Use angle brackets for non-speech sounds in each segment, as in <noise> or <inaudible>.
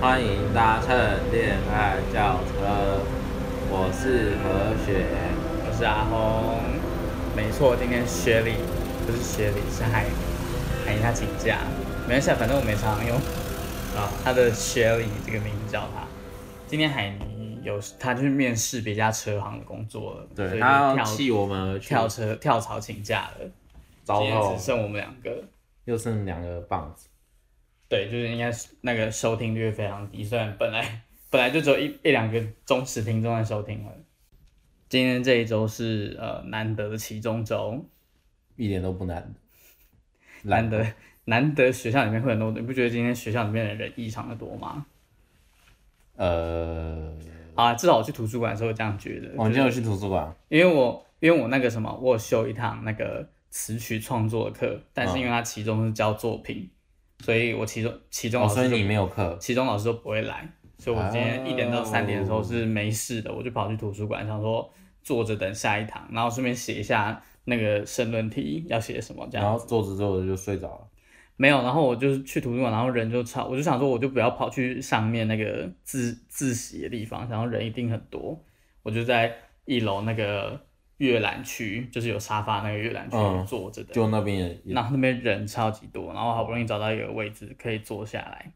欢迎搭乘恋爱轿车，我是何雪。我是阿红，没错，今天雪莉不是雪莉，是海海她请假，没关系啊，反正我们常常用啊她的雪莉这个名字叫她。今天海尼有她去面试别家车行的工作了，所对以他要就跳弃我们而去，跳车跳槽请假了，糟今天透只，剩我们两个。又剩两个棒子。对，就是应该是那个收听率非常低，虽然本来本来就只有一一两个忠实听众在收听了。今天这一周是呃难得的期中周，一点都不难，难嗯得难得学校里面会很多，你不觉得今天学校里面的人异常的多吗？呃，哦啊，至少我去图书馆的时候我这样觉得，我们今天有去图书馆，因为我因为我那个什么，我有修一堂那个词曲创作的课，但啊是因为它其中是教作品，所以我其中其中哦，老师所以就你没有课，期中老师都不会来，所以我今天哦一点到三点的时候是没事的，我就跑去图书馆，想说坐着等下一堂，然后顺便写一下那个申论题要写什么这然样。后坐着坐着就睡着了。没有，然后我就是去图书馆，然后人就超，我就想说我就不要跑去上面那个自自习的地方，然后人一定很多，我就在一楼那个阅览区，就是有沙发那个阅览区嗯坐着的。就那边也也，然后那边人超级多，然后好不容易找到一个位置可以坐下来，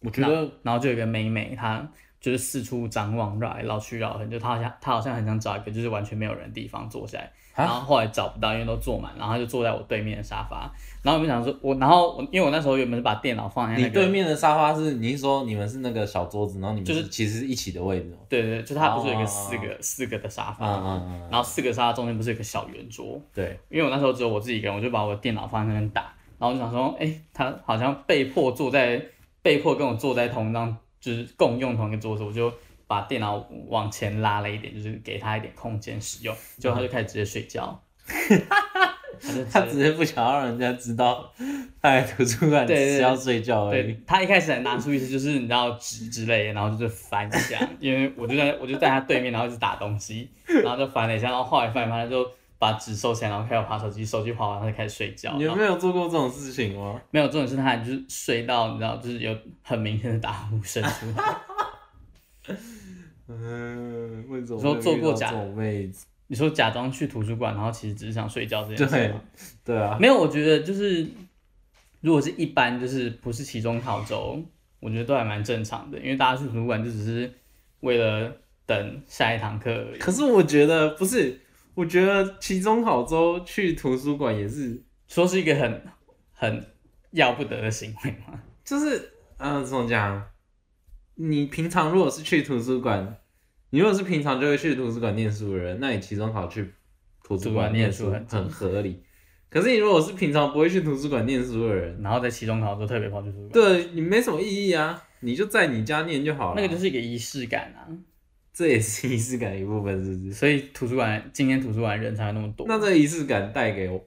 我觉得然后就有一个妹妹，她就是四处张望，绕来绕去绕很久，她好像她好像很想找一个就是完全没有人的地方坐下来，啊然后后来找不到，因为都坐满，然后她就坐在我对面的沙发，然后我就想说，我然后我因为我那时候原本是把电脑放在那你个对，面的沙发是，你是说你们是那个小桌子，然后你们就是是其实是一起的位置吗？对对，对就它不是有一哦个四个、四个的沙嗯发，嗯嗯嗯，然后四个沙发中间不是有一个小圆桌，对，因为我那时候只有我自己一个人，我就把我的电脑放在那边打，然后我就想说，哎、他好像被迫坐在被迫跟我坐在同一张，就是共用同一个桌子，我就把电脑往前拉了一点，就是给他一点空间使用，结果他就开始直接睡 <laughs> 觉，他就他直只接。是不想让人家知道他来图书馆对对对只要睡觉而已对。他一开始还拿出一些就是你知道纸之类的，然后就是翻一下，因为我就在我就在他对面，然后一直打东西，然后就翻了一下，然后后来翻一翻他就把纸收起来，然后开始划手机，手机划完他就开始睡觉。你然后有没有做过这种事情吗？没有，重点是他还就是睡到，你知道，就是有很明显的打呼声出来。嗯，为什么你说做过假会遇到这种妹子？你说假装去图书馆，然后其实只是想睡觉这件事对吗？对啊，没有，我觉得就是如果是一般，就是不是期中考周，我觉得都还蛮正常的，因为大家去图书馆就只是为了等下一堂课而已。可是我觉得不是，我觉得期中考周去图书馆也是，说是一个很很要不得的行为吗？ <laughs> 就是嗯，怎么讲？你平常如果是去图书馆，你如果是平常就会去图书馆念书的人，那你期中考去图书馆念图书书馆念书很合理。可是你如果是平常不会去图书馆念书的人，然后在期中考周特别跑去图书馆，对你没什么意义啊，你就在你家念就好了。那个就是一个仪式感啊。这也是仪式感的一部分，是不是？所以图书馆今天图书馆人才会那么多。那这个仪式感带给我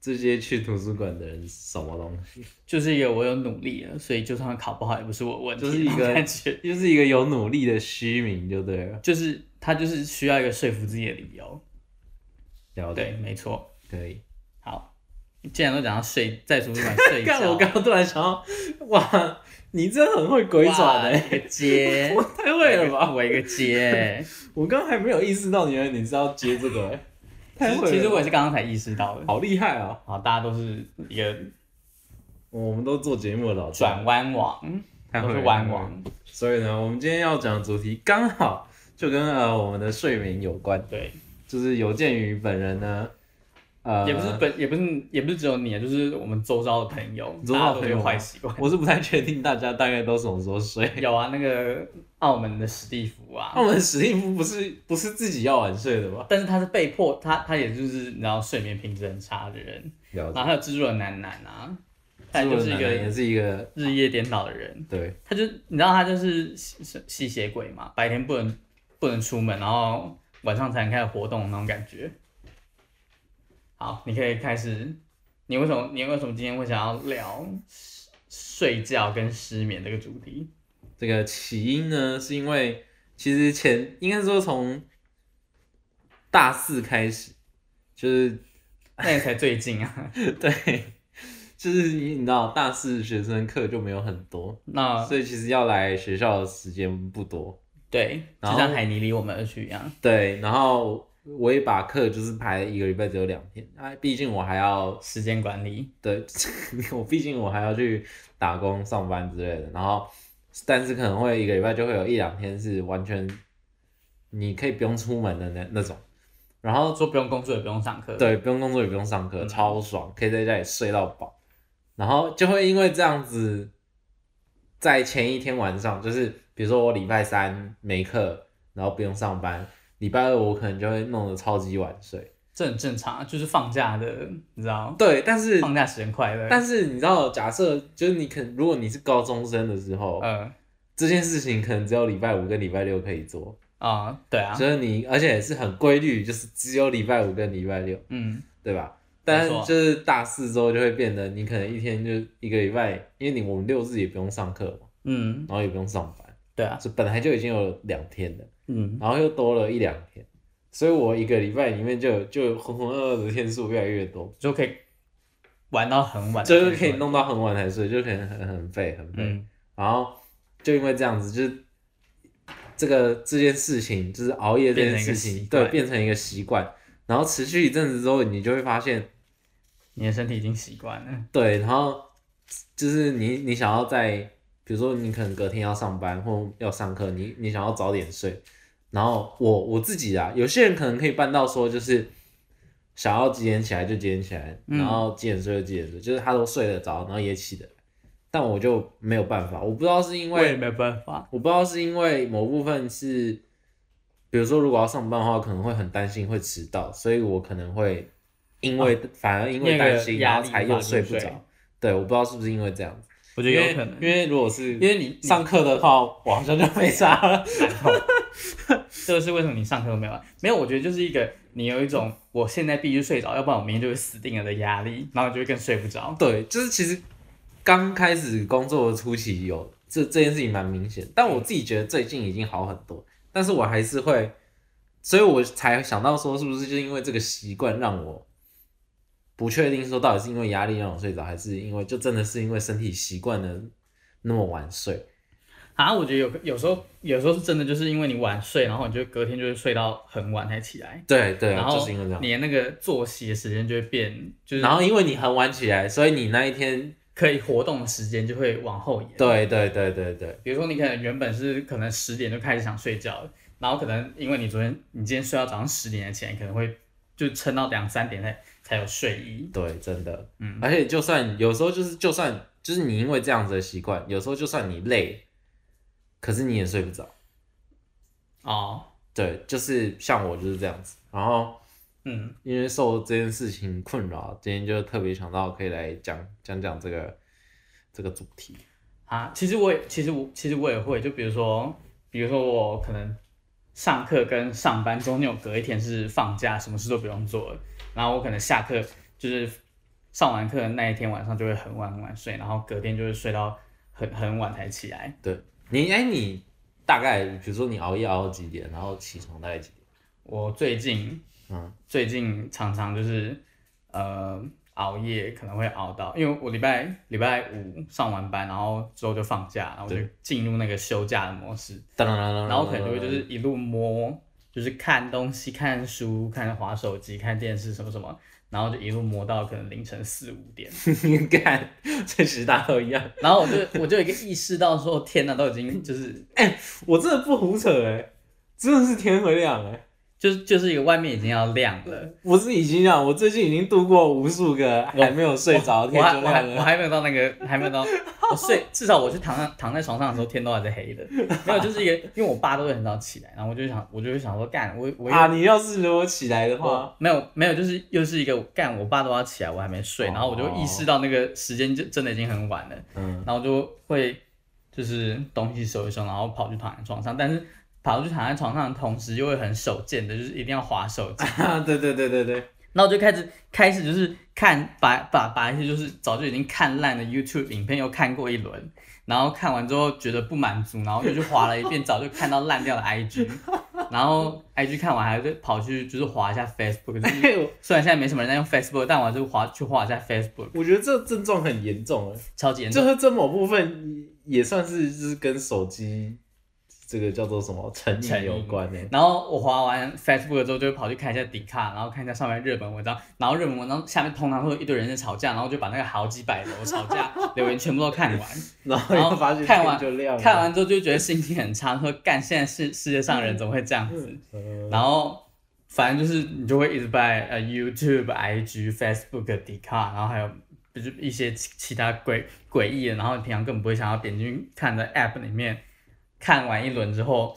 这些去图书馆的人什么东西？就是一个我有努力了，所以就算考不好也不是我的问题，就是一个那种感觉，就是一个有努力的虚名，就对了。就是他就是需要一个说服自己的理由。了对，解，没错。可以。好，既然都讲到睡，在图书馆睡 <laughs> 觉，干，我刚刚突然想到，哇，你真的很会鬼转哎、，哇一个接我太 <laughs> 会了吧！我一个接。我刚刚还没有意识到，原来你是要接这个、欸， <laughs> 其太会实了。其实我也是刚刚才意识到的。好厉害啊！好，大家都是一个我们都做节目的老师转弯王，太都会是了弯王。所以呢，我们今天要讲的主题刚好就跟呃我们的睡眠有关，对，就是有鉴于本人呢，呃，也不是本，也不是，也不是只有你，啊就是我们周遭的朋友，周遭的大家都朋友有吗坏习惯。我是不太确定大家大概都什么时候 <laughs> 睡。有啊，那个澳门的史蒂夫啊，那我们史蒂夫不是不是自己要晚睡的吗？但是他是被迫，他他也就是你知道睡眠品质很差的人，了然后还有蜘蛛人男男啊，他这就是一也个是一个日夜颠倒的人，对，他就你知道他就是吸吸血鬼嘛，白天不能不能出门，然后晚上才能开始活动那种感觉。好，你可以开始，你为什么你为什么今天会想要聊睡睡觉跟失眠这个主 <laughs> 题？这个起因呢，是因为其实前应该说从大四开始，就是 <laughs> 那个才最近啊，对，就是你知道大四学生课就没有很多，那所以其实要来学校的时间不多。对，就然后像海尼离我们而去一样，对，然后我也把课就是排一个礼拜只有两天，啊，毕竟我还要时间管理。对， <laughs> 我毕竟我还要去打工上班之类的，然后但是可能会一个礼拜就会有一两天是完全你可以不用出门的那那种，然后说不用工作也不用上课，，对，不用工作也不用上课，嗯超爽，可以在家里睡到饱。然后就会因为这样子，在前一天晚上，就是比如说我礼拜三没课，然后不用上班，礼拜二我可能就会弄得超级晚睡。这很正常，啊就是放假的，你知道，对，但是放假时间快乐。但是你知道，假设就是你可如果你是高中生的时候，呃这件事情可能只有礼拜五跟礼拜六可以做，啊、对啊，就是你而且是很规律，就是只有礼拜五跟礼拜六。嗯，对吧？但没是错就是大四之后就会变得，你可能一天就一个礼拜，因为你我们六日也不用上课嘛，嗯，然后也不用上班，对啊，就本来就已经有两天了，嗯，然后又多了一两天，所以我一个礼拜里面就有就有浑浑噩噩的天数越来越多，就可以玩到很晚，就是可以，弄到很晚才睡，就可能很很废很废，啊嗯，然后就因为这样子，就是这个这件事情，就是熬夜这件事情，对，变成一个习惯变成一个习惯，然后持续一阵子之后，你就会发现。你的身体已经习惯了，对，然后就是你你想要在，比如说你可能隔天要上班或要上课，你你想要早点睡，然后我我自己啊，有些人可能可以办到说就是想要几点起来就几点起来，嗯然后几点睡就几点睡，就是他都睡得着，然后也起得来，但我就没有办法，我不知道是因我也为没办法，我不知道是因为某部分是，比如说如果要上班的话，可能会很担心会迟到，所以我可能会因为、反而因为担心，那个压然力后才又睡不无法入着睡。对，我不知道是不是因为这样子，我觉因得为有可能，因为如果是因为你你上课的话，我好像就没啥了。这个是为什么你上课都没有玩？没有，我觉得就是一个你有一种我现在必须睡着，要不然我明天就会死定了的压力，然后你就会更睡不着。对，就是其实刚开始工作的初期有这这件事情蛮明显，但我自己觉得最近已经好很多，但是我还是会，所以我才想到说，是不是就是因为这个习惯让我不确定说到底是因为压力让我睡着，还是因为就真的是因为身体习惯了那么晚睡？啊，我觉得有有时候有时候是真的，就是因为你晚睡，然后你就隔天就会睡到很晚才起来，对对然啊，后就是因为这样。你的那个作息的时间就会变，就是然后因为你很晚起来，所以你那一天，可以活动的时间就会往后延。对对对对对比如说你可能原本是可能十点就开始想睡觉了，然后可能因为你昨天你今天睡到早上十点的前，可能会就撑到两三点才才有睡意。对，真的。嗯，而且就算有时候就是就算就是你因为这样子的习惯，有时候就算你累，可是你也睡不着。哦，对，就是像我就是这样子。然后嗯，因为受这件事情困扰，今天就特别想到可以来讲讲讲这个这个主题。啊，其实我也，其实我，其实我也会，就比如说，比如说我可能上课跟上班中间有隔一天是放假，什么事都不用做了，然后我可能下课就是上完课的那一天晚上就会很晚很晚睡，然后隔天就会睡到很很晚才起来。你哎，你大概比如说你熬夜熬到几点，然后起床大概几点？我最近，嗯，最近常常就是呃熬夜，可能会熬到，因为我礼拜礼拜五上完班，然后之后就放假，然后就对进入那个休假的模式。当当当当，然后可能就会就是一路摸，就是看东西、看书、看滑手机、看电视什么什么，然后就一路摸到可能凌晨四五点，你干，这其实大家都一样。然后我就我就有一个意识到说，天哪，都已经就是我真的不胡扯哎、真的是天和亮哎、就是就是一个外面已经要亮了，我是已经让我最近已经度过无数个还没有睡着我天还就我还亮我了。还没有到那个还没有 <laughs> 到，我睡至少我去躺上躺在床上的时候，天都还是黑的，没有就是一个因为我爸都会很早起来，然后我就想我就会想说干我我又啊，你要是如果起来的话， <laughs> 我没有没有，就是又是一个干，我爸都要起来，我还没睡，哦然后我就意识到那个时间就真的已经很晚了，嗯，然后就会就是东西收一收，然后跑去躺在床上，但是跑去躺在床上的同时又会很手贱的，就是一定要划手机，对对对对对，然后就开始开始就是看把把把一些就是早就已经看烂的 YouTube 影片又看过一轮，然后看完之后觉得不满足，然后又去划了一遍早就看到烂掉的 IG， <laughs> 然后 IG 看完还会跑去就是划一下 Facebook，就是哎呦，虽然现在没什么人在用 Facebook，但我还是划去划一下 Facebook，我觉得这症状很严重哎，超级严重。就是这某部分也算是就是跟手机这个叫做什么成成瘾瘾有关哎。然后我划完 Facebook 之后，就会跑去看一下迪卡，然后看一下上面热门文章，然后热门文章下面通常会有一堆人在吵架，然后就把那个好几百楼吵架 <laughs> 留言全部都 <laughs> 看完。然后然后又发现看完天就亮了，看完之后就觉得心情很差，说干，现在世世界上人怎么会这样子？嗯，然后反正就是你就会一直在呃 YouTube、IG、Facebook、迪卡，然后还有就是一些其其他诡诡异的，然后你平常根本不会想要点进去看的 App 里面，看完一轮之后。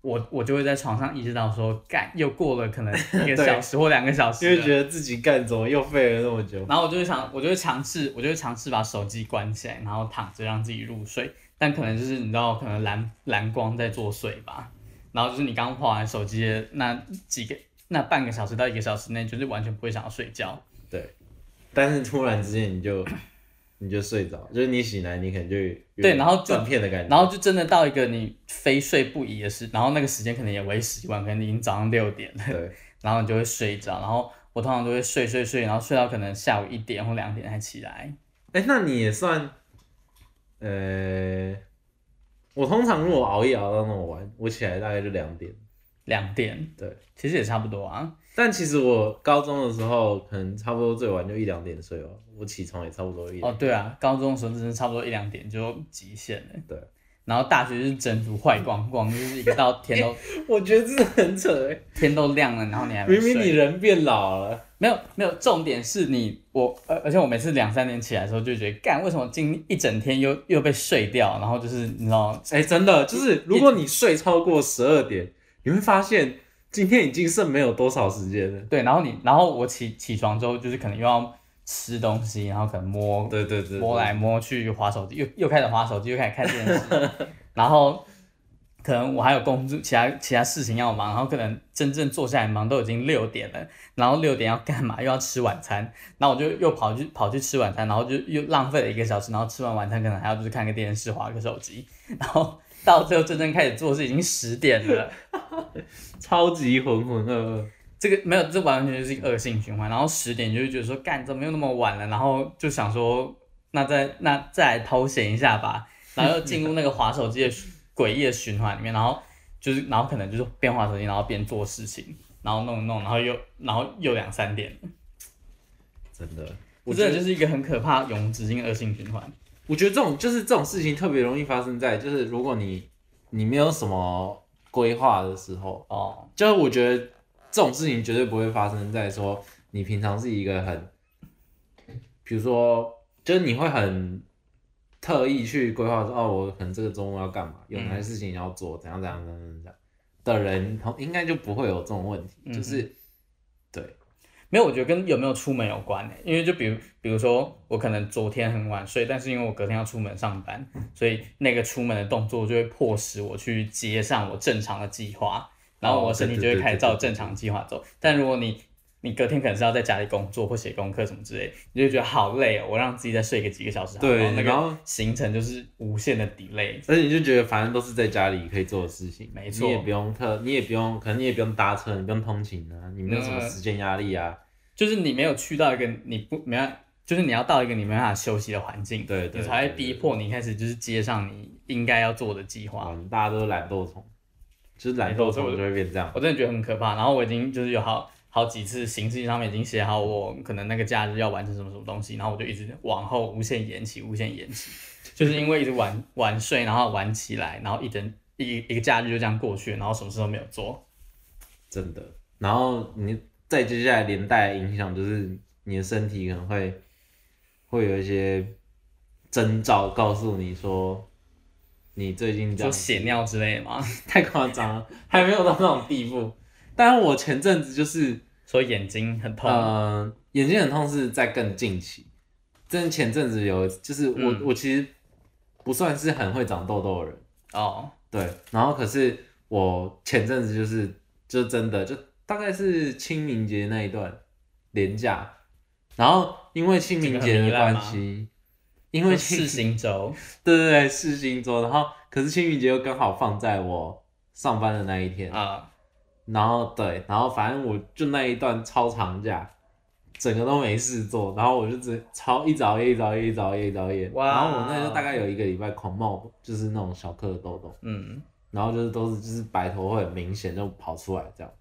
我我就会在床上意识到说，干又过了可能一个对小时或两个小时 <laughs> 因 <laughs> 了，为觉得自己干怎么又废了那么久，然后我就会想，我就会尝试，我就会尝试把手机关起来，然后躺着让自己入睡。但可能就是你知道，可能蓝蓝光在作祟吧。然后就是你刚划完手机的那几个那半个小时到一个小时内，就是完全不会想要睡觉。但是突然之间你就你就睡着，就是你醒来你可能就有对然后就断片的感觉，然后就真的到一个你非睡不已的时，然后那个时间可能也为时已晚，可能已经早上六点了，对，然后你就会睡着。然后我通常都会睡睡睡，然后睡到可能下午一点或两点才起来。哎、那你也算，呃，我通常如果熬夜熬到那么晚，我起来大概就两点，两点，对。其实也差不多啊。但其实我高中的时候可能差不多最晚就一两点睡哦，我起床也差不多一哦两，，对啊，高中的时候真的差不多一两点就极限了。对。然后大学就是整组坏光光，就是一个到 <laughs> 天都我觉得这很扯哎，天都亮了，然后你还没明睡。明你人变老了，没有没有，重点是你我，而而且我每次两三点起来的时候就觉得，干为什么今一整天又又被睡掉？然后就是你知道，哎、真的就是如果你睡超过十二点，你会发现今天已经剩没有多少时间了。对，然后你然后我起起床之后就是可能又要吃东西，然后可能摸对对对，摸来摸去划手机，又又开始划手机，又开始看电视，然后可能我还有工作，其他其他事情要忙，然后可能真正坐下来忙都已经六点了，然后六点要干嘛？又要吃晚餐，然后我就又跑去跑去吃晚餐，然后就又浪费了一个小时，然后吃完晚餐可能还要就是看个电视，划个手机，然后到最后真正开始做事已经十点了。超级浑浑噩噩。这个没有，这完全就是一个恶性循环。然后十点就会觉得说，干怎么又那么晚了？然后就想说，那再那再来偷闲一下 <laughs> 吧。然后又进入那个划手机的诡异的循环里面，然后就是然后可能就是边划手机，然后边做事情，然后弄一弄，然后又然后又两三点，真的，这我觉真的得，就是一个很可怕、永无止境的恶性循环。我觉得这种就是这种事情特别容易发生在，就是如果你你没有什么规划的时候，哦，就是我觉得这种事情绝对不会发生在说你平常是一个很，比如说，就是你会很特意去规划说，哦，我可能这个周末要干嘛，有哪些事情要做，怎样怎样怎样怎样的人，同应该就不会有这种问题，嗯就是没有，我觉得跟有没有出门有关诶、因为就比如，比如说我可能昨天很晚睡，但是因为我隔天要出门上班，所以那个出门的动作就会迫使我去接上我正常的计划，然后我身体就会开始照正常计划走。但如果你你隔天可能是要在家里工作或写功课什么之类，你就会觉得好累哦，我让自己再睡个几个小时好了，对然后那然后个行程就是无限的 delay。而且你就觉得反正都是在家里可以做的事情，没错你也不用特，你也不用，可能你也不用搭车，你不用通勤啊，你没有什么嗯时间压力啊，就是你没有去到一个你不没有，就是你要到一个你没办法休息的环境，对对你才会逼迫你开始就是接上你应该要做的计划。哇，哦大家都是懒惰虫，就是懒惰虫就会变这样。我真的觉得很可怕。然后我已经就是有好好几次行事历上面已经写好我可能那个假日要完成什么什么东西，然后我就一直往后无限延期，无限延期， <laughs> 就是因为一直晚晚睡，然后晚起来，然后一整一一个假日就这样过去，然后什么事都没有做。真的。然后你再接下来连带影响就是你的身体可能会会有一些征兆告诉你说，你最近这就样血尿之类的嘛， <laughs> <laughs> 太夸张了，还没有到那种地步。但是我前阵子就是所以眼睛很痛。呃，眼睛很痛是在更近期，真的前阵子有，就是我、嗯我其实不算是很会长痘痘的人，哦，对，然后可是我前阵子就是就真的就大概是清明节那一段连假，然后因为清明节的关系，因为就清四行轴，对对对是星周，然后可是清明节又刚好放在我上班的那一天，啊、然后对，然后反正我就那一段超长假，整个都没事做，然后我就只超一早夜一早夜一早夜一早夜，哇然后我那就大概有一个礼拜狂冒就是那种小颗的痘痘，嗯，然后就是都是就是白头会很明显就跑出来这样，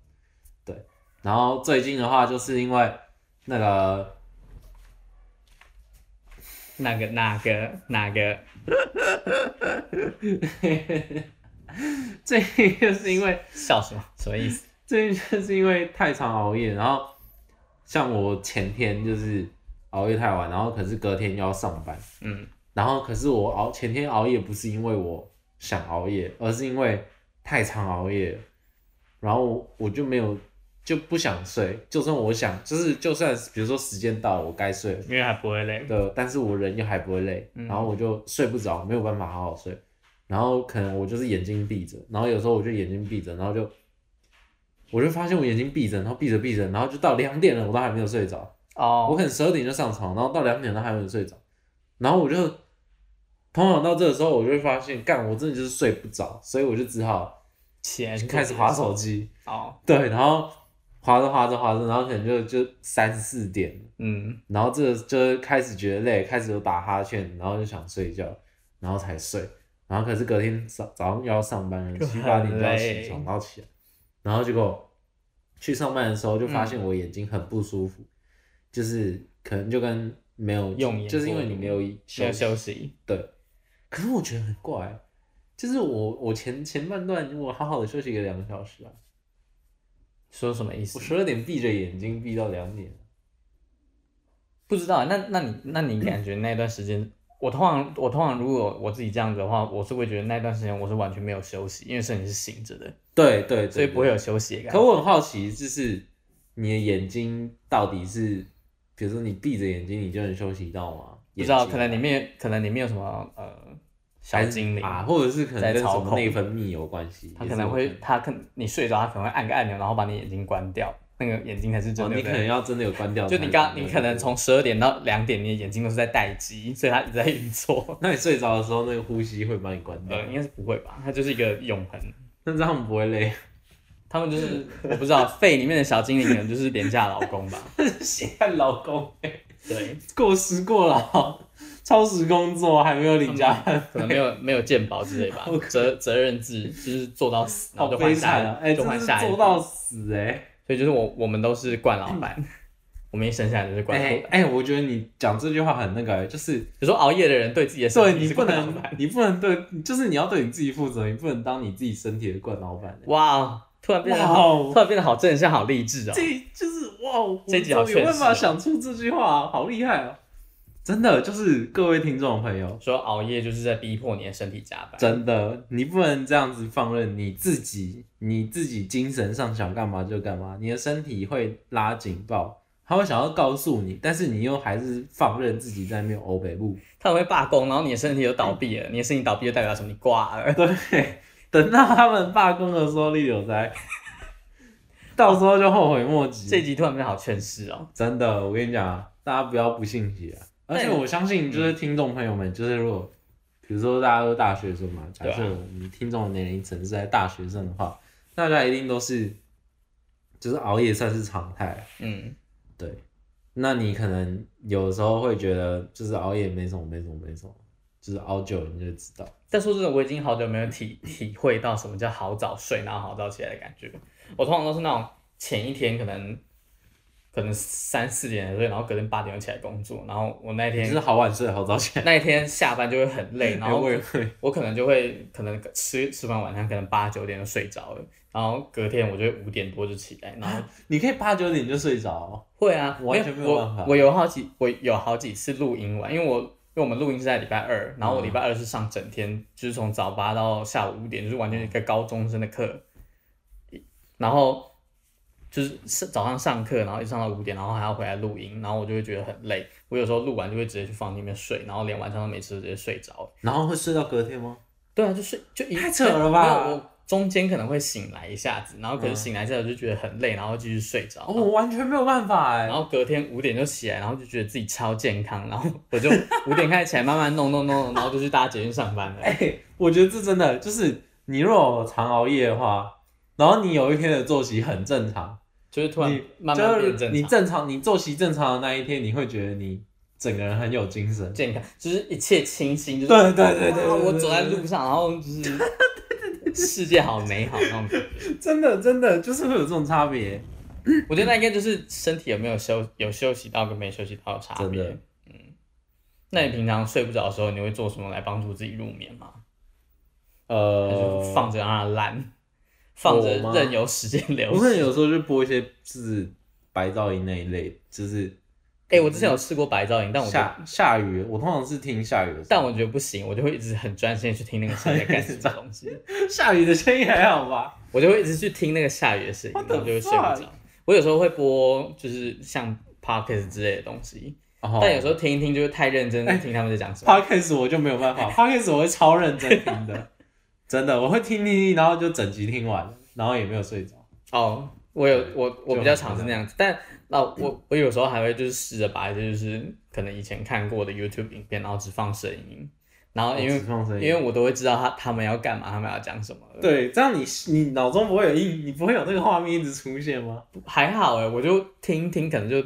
对，然后最近的话就是因为 <laughs> 那个那个那个那个，最近就是因为笑什么？什么意思？最近就是因为太常熬夜，然后像我前天就是熬夜太晚，然后可是隔天又要上班，嗯然后可是我熬前天熬夜不是因为我想熬夜，而是因为太常熬夜了，然后我我就没有就不想睡，就算我想就是就算比如说时间到了我该睡了 <laughs> 因为还不会累。的，但是我人又还不会累，嗯然后我就睡不着，没有办法好好睡，然后可能我就是眼睛闭着，然后有时候我就眼睛闭着，然后就我就发现我眼睛闭着，然后闭着闭着，然后就到两点了，我都还没有睡着，我哦，可能十二点就上床，然后到两点都还没有睡着，然后我就通常到这个时候，我就会发现，干，我真的就是睡不着，所以我就只好起来开始划滑手机，哦，对，然后划着划着划着，然后可能就就三四点了，嗯，然后这就开始觉得累，开始有打哈欠，然后就想睡觉，然后才睡，然后可是隔天早早上又要上班了，就七很八点就要累起床，然后起来，然后结果去上班的时候就发嗯现我眼睛很不舒服，就是可能就跟没有用眼就是因为过你度没有需要休息休息。对，可是我觉得很怪，就是我我前前半段我好好的休息个两个小时啊，说什么意思我？十二点闭着眼睛闭到两点，不知道。那那你那你感觉那段时间， <coughs> 我通常我通常如果我自己这样子的话，我是会觉得那段时间我是完全没有休息，因为身体是醒着的，对对，所以不会。会有休息的感可觉。我很好奇，就是你的眼睛到底是，比如说你闭着眼睛，你就能休息到吗？不知道，眼睛可能里面可能里面有什么呃小还是精灵啊，或者是可能在跟操什控么内分泌有关系，他也可是能有会，他可你睡着，他可能会按个按钮，然后把你眼睛关掉，那个眼睛才是真哦，的。你可能要真的有关掉才就能你看刚，到。你可能从十二点到两点，你的眼睛都是在待机，所以它一直在运作。那你睡着的时候，那个呼吸会把你关掉呃，，应该是不会吧？它就是一个永恒。那这样不会累。 <laughs> 他们就是我不知道，肺里面的小精灵可能就是廉价劳 <laughs> 工吧。现在老公对，过时过劳，超时工作还没有领加班，可能没有没有健保之类 <laughs> 吧，责责任制就是做到死，好然后就悲换下惨一啊！哎，就真换的是下一做个。到死哎。所以就是我我们都是惯老 <laughs> 板，我们一生下来就是惯老哎板。哎，我觉得你讲这句话很那个，欸就是有时候熬夜的人对 <laughs> 自己的身对体你是不惯老能板。，你不能对，就是你要对你自己负责，你不能当你自己身体的惯老板。哇，突然变得哇好，哦突然变得好正向，好励志哦。这就是哇，我这集好终于有办劝法世想出这句话、好厉害哦！啊真的，就是各位听众朋友，说熬夜就是在逼迫你的身体加班。真的，你不能这样子放任你自己，你自己精神上想干嘛就干嘛，你的身体会拉警报，他会想要告诉你，但是你又还是放任自己在那边欧北部。他们会罢工，然后你的身体就倒闭嗯了，你的身体倒闭就代表什么？你挂了。 <laughs> 对，等到他们罢工的时候，立有 <laughs> 灾，到时候就后悔莫及。这一集突然变得好劝世哦。真的，我跟你讲啊，大家不要不信邪啊！而且但我相信，就是听众朋友们，就是如果比如说大家都大学生嘛，假对啊设我们听众的年龄层是在大学生的话，大家一定都是就是熬夜算是常态。啊嗯，对，那你可能有时候会觉得就是熬夜没什么，没什么，没什么，就是熬久了你就知道。但说真的，我已经好久没有体体会到什么叫好早睡，然后好早起来的感觉。我通常都是那种前一天可能可能三四点才睡，然后隔天八点就起来工作，然后我那一你天是好晚睡，好早起来。哎那一天下班就会很 <laughs> 累，然后我也会。我可能就会可能吃吃完晚餐，可能八九点就睡着了，然后隔天我就会五点多就起来，然后你可以八九点就睡着哦、会啊，我完全没有办法我我有好几我有好几次录音完，因为我因为我们录音是在礼拜二，然嗯后我礼拜二是上整天，就是从早八到下午五点，就是完全一个高中生的课，然后就是是早上上课，然后一直上到五点，然后还要回来录音，然后我就会觉得很累。我有时候录完就会直接去房间里面睡，然后连晚上都没吃，直接睡着。然后会睡到隔天吗？对啊，就睡就一太扯了吧没有我中间可能会醒来一下子，然后可能嗯醒来之后就觉得很累，然后继续睡着。哦，我完全没有办法哎、然后隔天五点就起来，然后就觉得自己超健康，然后 <laughs> 我就五点开始起来慢慢弄弄弄，然后就哎去搭捷运上班了。哎、我觉得这真的就是你如果常熬夜的话，然后你有一天的作息很正常，就是突然你慢慢就变是正你常。正常，你作息正常的那一天，你会觉得你整个人很有精神。健康，就是一切清新，就是对对对对对哇我对走在 <laughs> 对路上，然后就是世界好美好那种感觉。 <laughs> 真的真的就是会有这种差别，我觉得那应该就是身体有没有休有休息到跟没休息到的差真别。的嗯，那你平常睡不着的时候，你会做什么来帮助自己入眠吗？呃就，是放着让它烂，放着我吗任由时间流我可能逝。有时候就播一些就是白噪音那一类，就是哎、我之前有试过白噪音，但我觉下得下雨，我通常是听下雨的声音，但我觉得不行，我就会一直很专心地去听那个声音在干什么东西， <laughs> 下雨的声音还好吧？我就会一直去听那个下雨的声音， What 然 the 后就会睡不 fuck？着。我有时候会播就是像 podcast 之类的东西，哦但有时候听一听就会太认真地听他们在讲什么。 podcast 我就没有办 <laughs> 法，podcast 我会超认真听的，真的，我会听听听，然后就整集听完，然后也没有睡着。哦，我有我哎就我比较很常困是那难样子，但那我我有时候还会就是试着把一些就是可能以前看过的 YouTube 影片，然后只放声音，然哦后因为哦只放声音因为我都会知道他他们要干嘛，他们要讲什么了。对，这样你你脑中不会有印，你不会有那个画面一直出现吗？还好哎，我就听听，可能就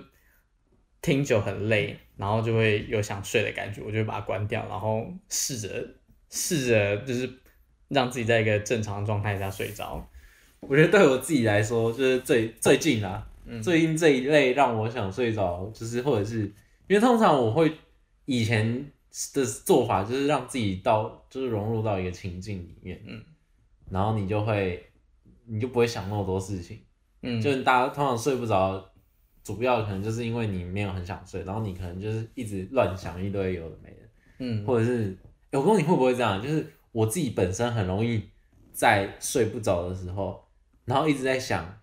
听久很累，然后就会有想睡的感觉，我就会把它关掉，然后试着试着就是让自己在一个正常的状态下睡着。我觉得对我自己来说，就是最最近啊，嗯最近这一类让我想睡着，就是或者是因为通常我会以前的做法就是让自己到就是融入到一个情境里面，嗯，然后你就会你就不会想那么多事情，嗯，就是大家通常睡不着，主要可能就是因为你没有很想睡，然后你可能就是一直乱想一堆有的没的，嗯或者是、欸我不知道你会不会这样，就是我自己本身很容易在睡不着的时候，然后一直在想，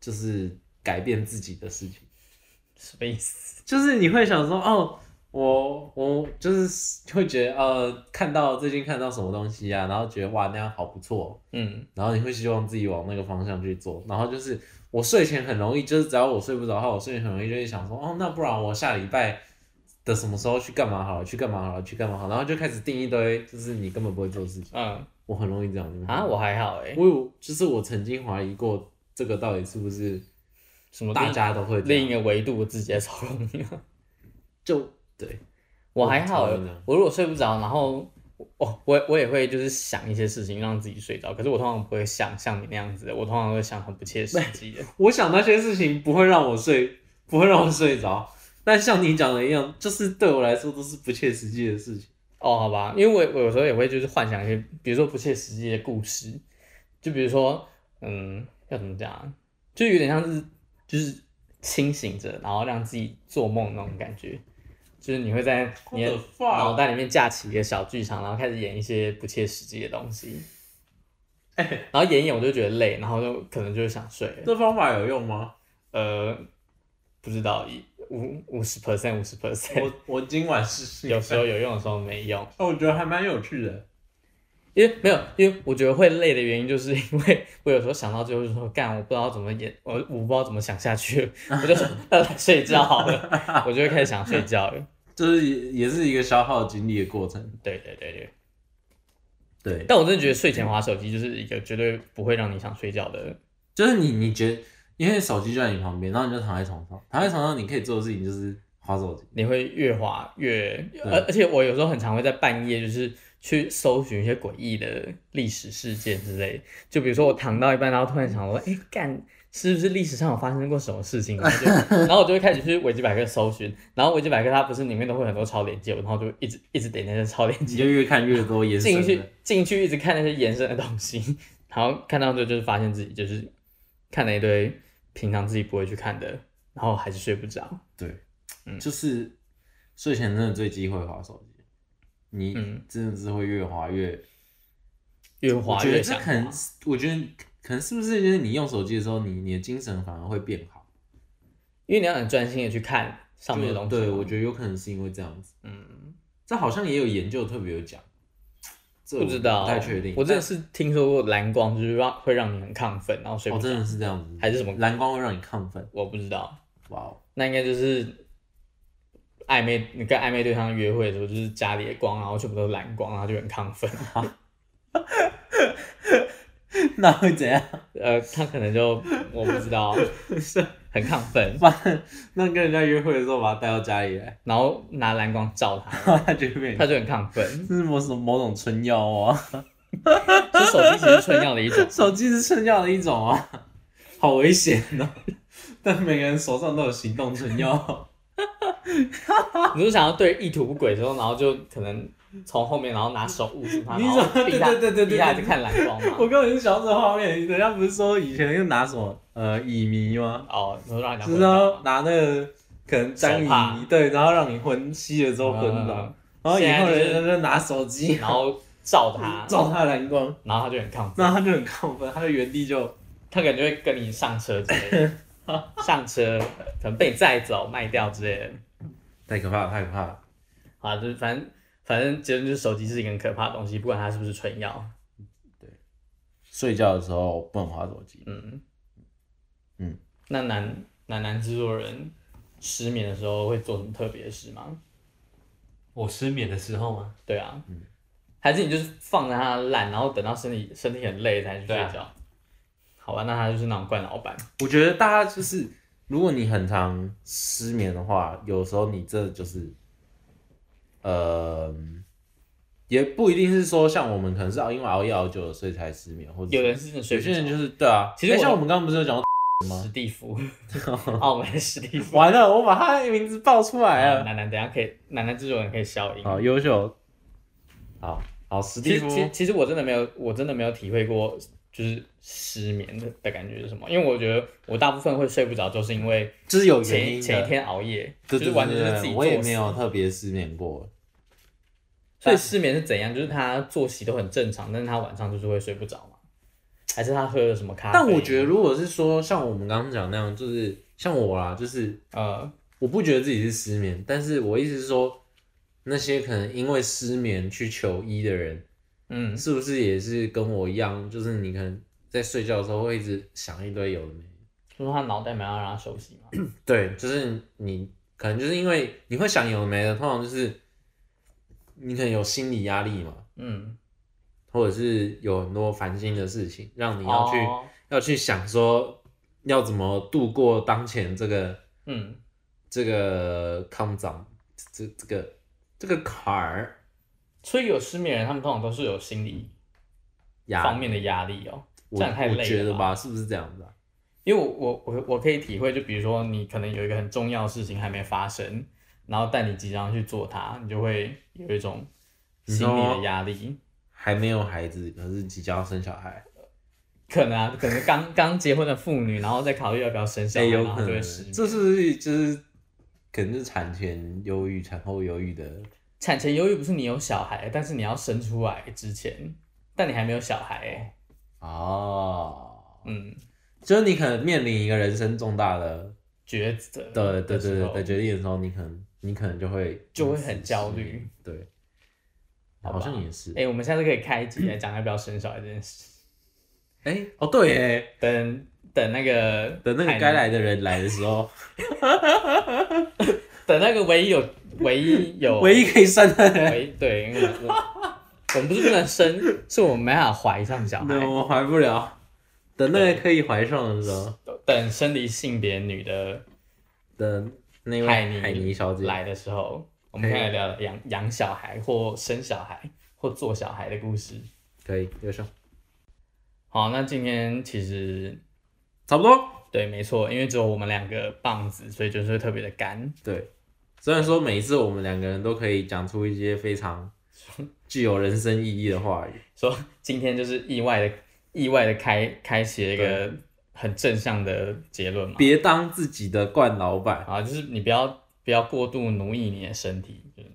就是改变自己的事情，什么意思？就是你会想说，哦，我我就是会觉得，呃，看到最近看到什么东西啊，然后觉得哇那样好不错，哦嗯然后你会希望自己往那个方向去做，然后就是我睡前很容易，就是只要我睡不着的话，我睡前很容易就会想说，哦，那不然我下礼拜的什么时候去干嘛好了，去干嘛好了，去干嘛好了，然后就开始定一堆就是你根本不会做的事情，嗯我很容易这样。你们啊，我还好哎，我有就是我曾经怀疑过这个到底是不是什么大另家都会这另一样，个维度我自己在操控你。就对，我还好我欸超能，我如果睡不着，然后哦，我我也会就是想一些事情让自己睡着，可是我通常不会想像你那样子的，我通常会想很不切实际的。我想那些事情不会让我睡，不会让我睡着。但像你讲的一样，就是对我来说都是不切实际的事情。哦，好吧，因为我我有时候也会就是幻想一些，比如说不切实际的故事，就比如说，嗯，要怎么讲啊，就有点像是就是清醒着，然后让自己做梦那种感觉，就是你会在你的 What the fuck？脑袋里面架起一个小剧场，然后开始演一些不切实际的东西，哎然后演一演我就觉得累，然后就可能就想睡了，这方法有用吗？呃，不知道一五五十 percent 五十 percent，我我今晚试试，有时候有用，有时候没用。候我觉得还蛮有趣的。因为没有，因为我觉得会累的原因，就是因为我有时候想到最后就说，干，我不知道怎么演，我我不知道怎么想下去，我就说那来睡觉好了，我就会开始想睡觉了。就是也也是一个消耗精力的过程。对对对对，对，但我真的觉得睡前划手机就是一个绝对不会让你想睡觉的，就是你你觉得，因为手机就在你旁边，然后你就躺在床上，躺在床上你可以做的事情就是划手机。你会越滑越，而而且我有时候很常会在半夜就是去搜寻一些诡异的历史事件之类，就比如说我躺到一半，然后突然想说，哎干。是不是历史上有发生过什么事情？然后就然后我就会开始去维基百科搜寻，然后维基百科它不是里面都会有很多超链接，然后就一直一直点那些超链你接，就越看越多延进伸去的，进去一直看那些延伸的东西，然后看到最后就是发现自己就是看了一堆平常自己不会去看的，然后还是睡不着。对，嗯就是睡前真的最忌讳划手机，你嗯真的是会越划越。越我滑觉越得这想可滑能，是，我觉得可能是不是就是你用手机的时候，你你的精神反而会变好。因为你要很专心的去看上面的就东西。对，我觉得有可能是因为这样子。嗯，这好像也有研究特别有讲，这我不知嗯道，不太确定。我真的是听说过蓝光，就是让会让你很亢奋，然后睡但不哦，着，真的是这样子，还是什么？蓝光会让你亢奋，我不知道，哇哦，那应该就是暧昧，你跟暧昧对象约会的时候，就是家里的光，然后全部都是蓝光，然后就很亢奋。 <laughs> 那会怎样？呃，他可能就我不 <laughs> 知道，很亢奋，那跟人家约会的时候把他带到家里 <laughs> 来，然后拿蓝光照他， <laughs> 然后他就会变他就很亢奋。这是某种某种春药哦，这手机其实春药的一种， <laughs> 手机是春药的一种啊， <laughs> 好危险哦。 <laughs> 但每个人手上都有行动春药，你就想要对意图不轨之后，然后就可能从后面然后拿手捂住他，你然怎么后逼他对对对对对逼他去看蓝光嘛。 <laughs> 我根本就想到这个画面。人家不是说以前又拿什么呃乙醚吗？哦，然后让人家就是啊昏倒要嘛。拿那个可能沾乙手帕醚，对，然后让你昏吸了之后昏倒嗯，然后以后现在就是人家就拿手机嗯然后照他，照他蓝光， <laughs> 然后他就很亢奋，那他就很亢奋，他就原地就他可能就会跟你上车之类的， <laughs> 上车可能被你载走、卖掉之类的。太可怕了，太可怕了。啊，就是反正反正结论就是手机是一个很可怕的东西，不管它是不是纯药，睡觉的时候不能滑手机，嗯嗯。那男男男制作人失眠的时候会做什么特别的事吗？我失眠的时候吗？对啊，嗯还是你就是放着它烂，然后等到身体身体很累才去睡对啊觉？好吧，那他就是那种惯老板，我觉得大家就是，如果你很常失眠的话，有时候你真的就是，呃，也不一定是说像我们可能是熬因为熬夜熬久了所以才失眠，或者有人是真的睡有不些人着。就是对啊，其实诶我像我们刚刚不是有讲到史 <laughs> 蒂夫，澳门的史蒂夫。完了，我把他的名字报出来啊了，楠楠，等一下可以，楠楠制作人可以消音。好优秀，好好史其蒂实哦夫其，实其实我真的没有，我真的没有体会过就是失眠的的感觉是什么，因为我觉得我大部分会睡不着，就是因为就是有原前因一的，前一天熬夜，对就是完全就对是对自对己作我死也没有。特别失眠过，所啊以失眠是怎样？就是他作息都很正常，但是他晚上就是会睡不着嘛，还是他喝了什么咖啡？但我觉得如果是说像我们刚刚讲那样，就是像我啦，就是呃，我不觉得自己是失眠，但是我意思是说，那些可能因为失眠去求医的人，嗯，是不是也是跟我一样，就是你可能在睡觉的时候会一直想一堆有的没的？就是他脑袋没有让他休息嘛。对，就是你可能就是因为你会想有的没的，通常就是你可能有心理压力嘛，嗯，或者是有很多烦心的事情，让 <clears throat> 你要去、哦要去想说要怎么度过当前这个嗯，这个康长这这个这个坎儿。所以有失眠的人，他们通常都是有心理压方面的压力哦。我这样太累我了觉得吧吧，是不是这样子啊？因为我我我我可以体会，就比如说你可能有一个很重要的事情还没发生，然后但你即将去做它，你就会有一种心理的压力。还没有孩子，可是即将要生小孩，可能啊，可能刚刚结婚的妇女，然后再考虑要不要生小哎孩，有然可后就会能失，眠。这是不是就是可能是产前忧郁、产后忧郁的产前忧郁不是你有小孩，但是你要生出来之前，但你还没有小孩、哦，嗯，就是你可能面临一个人生重大的抉择的的对对时对候的决定的时候，你可能你可能就会就会很焦虑。对，好好吧像也是哎、。我们下次可以开一集来讲要不要生小孩这件事。哎、哦对哎，等等那个等那海个宁该来的人来的时候，等那个唯 <laughs> 一有唯一有 <laughs> 唯一可以生的人，喂，对，因为我我们不是不能生，是我们没办法怀上小那孩。我怀哎不了。等那个可以怀上的时候，等生理性别女的的那位海尼海尼小姐来的时候，我们可以可以来聊养养小孩或生小孩或做小孩的故事。可以优秀，好，那今天其实差不多。对，没错，因为只有我们两个棒子，所以就是会特别的干。对，虽然说每一次我们两个人都可以讲出一些非 <laughs> 常具有人生意义的话 <laughs> 语，说今天就是意外的意外的开开启了一个很正向的结论嘛。别当自己的惯老板。啊，就是你不要不要过度奴役你的身体，就是如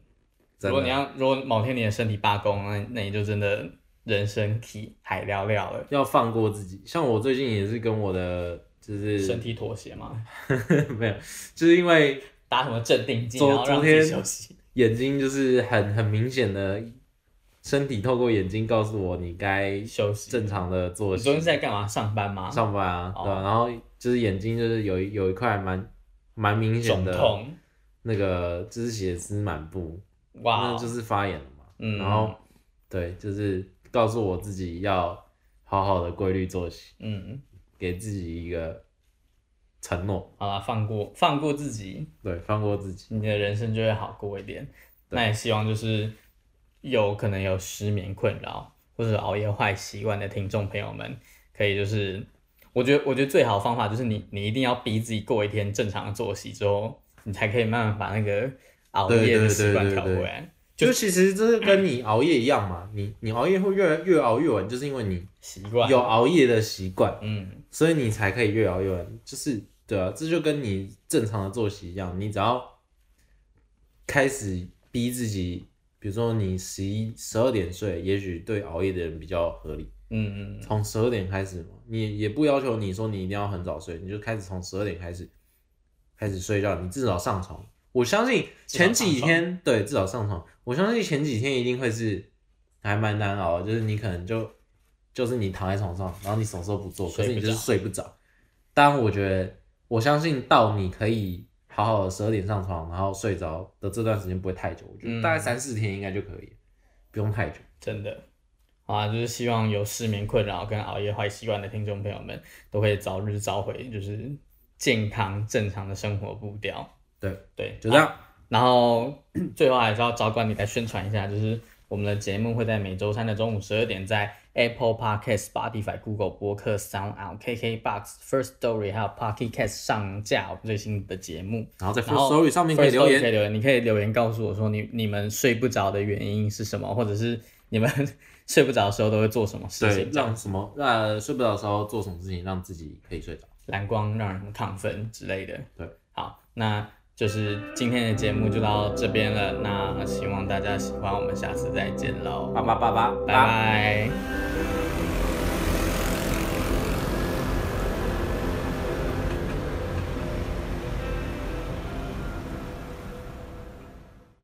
真果你的要，如果某天你的身体罢工，那那你就真的人生体海寥寥了，要放过自己。像我最近也是跟我的，就是身体妥协嘛， <laughs> 没有，就是因为打什么镇定剂，昨然昨后让自己天休息。眼睛就是很很明显的，身体透过眼睛告诉我你该休息正常的作你息。昨天是在干嘛？上班吗？上班啊，哦对啊然后就是眼睛就是有一有一块蛮蛮明显肿的痛，那个就是血丝满布，哇那，就是发炎了嘛。嗯然后对，就是告诉我自己要好好的规律作息，嗯，给自己一个承诺，好啦，放过放过自己，对，放过自己。你的人生就会好过一点。对那也希望就是有可能有失眠困扰或者熬夜坏习惯的听众朋友们，可以就是，我觉得我觉得最好的方法就是你你一定要逼自己过一天正常的作息之后，你才可以慢慢把那个熬夜的习对对对惯对调回对来，就其实这是跟你熬夜一样嘛，你你熬夜会越越熬越晚，就是因为你习惯有熬夜的习惯，嗯所以你才可以越熬越晚。就是对啊，这就跟你正常的作息一样，你只要开始逼自己，比如说你十一十二点睡，也许对熬夜的人比较合理。嗯嗯从十二点开始嘛，你也不要求你说你一定要很早睡，你就开始从十二点开始开始睡觉，你至少上床。我相信前几天对至少上床，我相信前几天一定会是还蛮难熬的，就是你可能就就是你躺在床上，然后你什么时候不做，可睡是不着你就是睡不着。但我觉得我相信到你可以好好的十二点上床，然后睡着的这段时间不会太久，我觉得大概嗯三四天应该就可以了，不用太久。真的。好啊，就是希望有失眠困扰跟熬夜坏习惯的听众朋友们，都可以早日找回就是健康正常的生活步调。对，对，啊就这样。然后最后还是要找管理来宣传一下，就是我们的节目会在每周三的中午十二点，在 Apple Podcast、Spotify、Google 播客、Sound On、KKBox、First Story 还有 Pocket Cast 上架我们最新的节目。然后在 f i 然 r 后 s Story 上面可以留 First Story 可以言，留言，你可以留言告诉我说你你们睡不着的原因是什么，或者是你们睡不着的时候都会做什么事对，情，这样让什么那睡不着的时候做什么事情让自己可以睡着。蓝光让人亢奋之类的。对，好，那就是今天的节目就到这边了，那希望大家喜欢，我们下次再见喽，八八八八，拜拜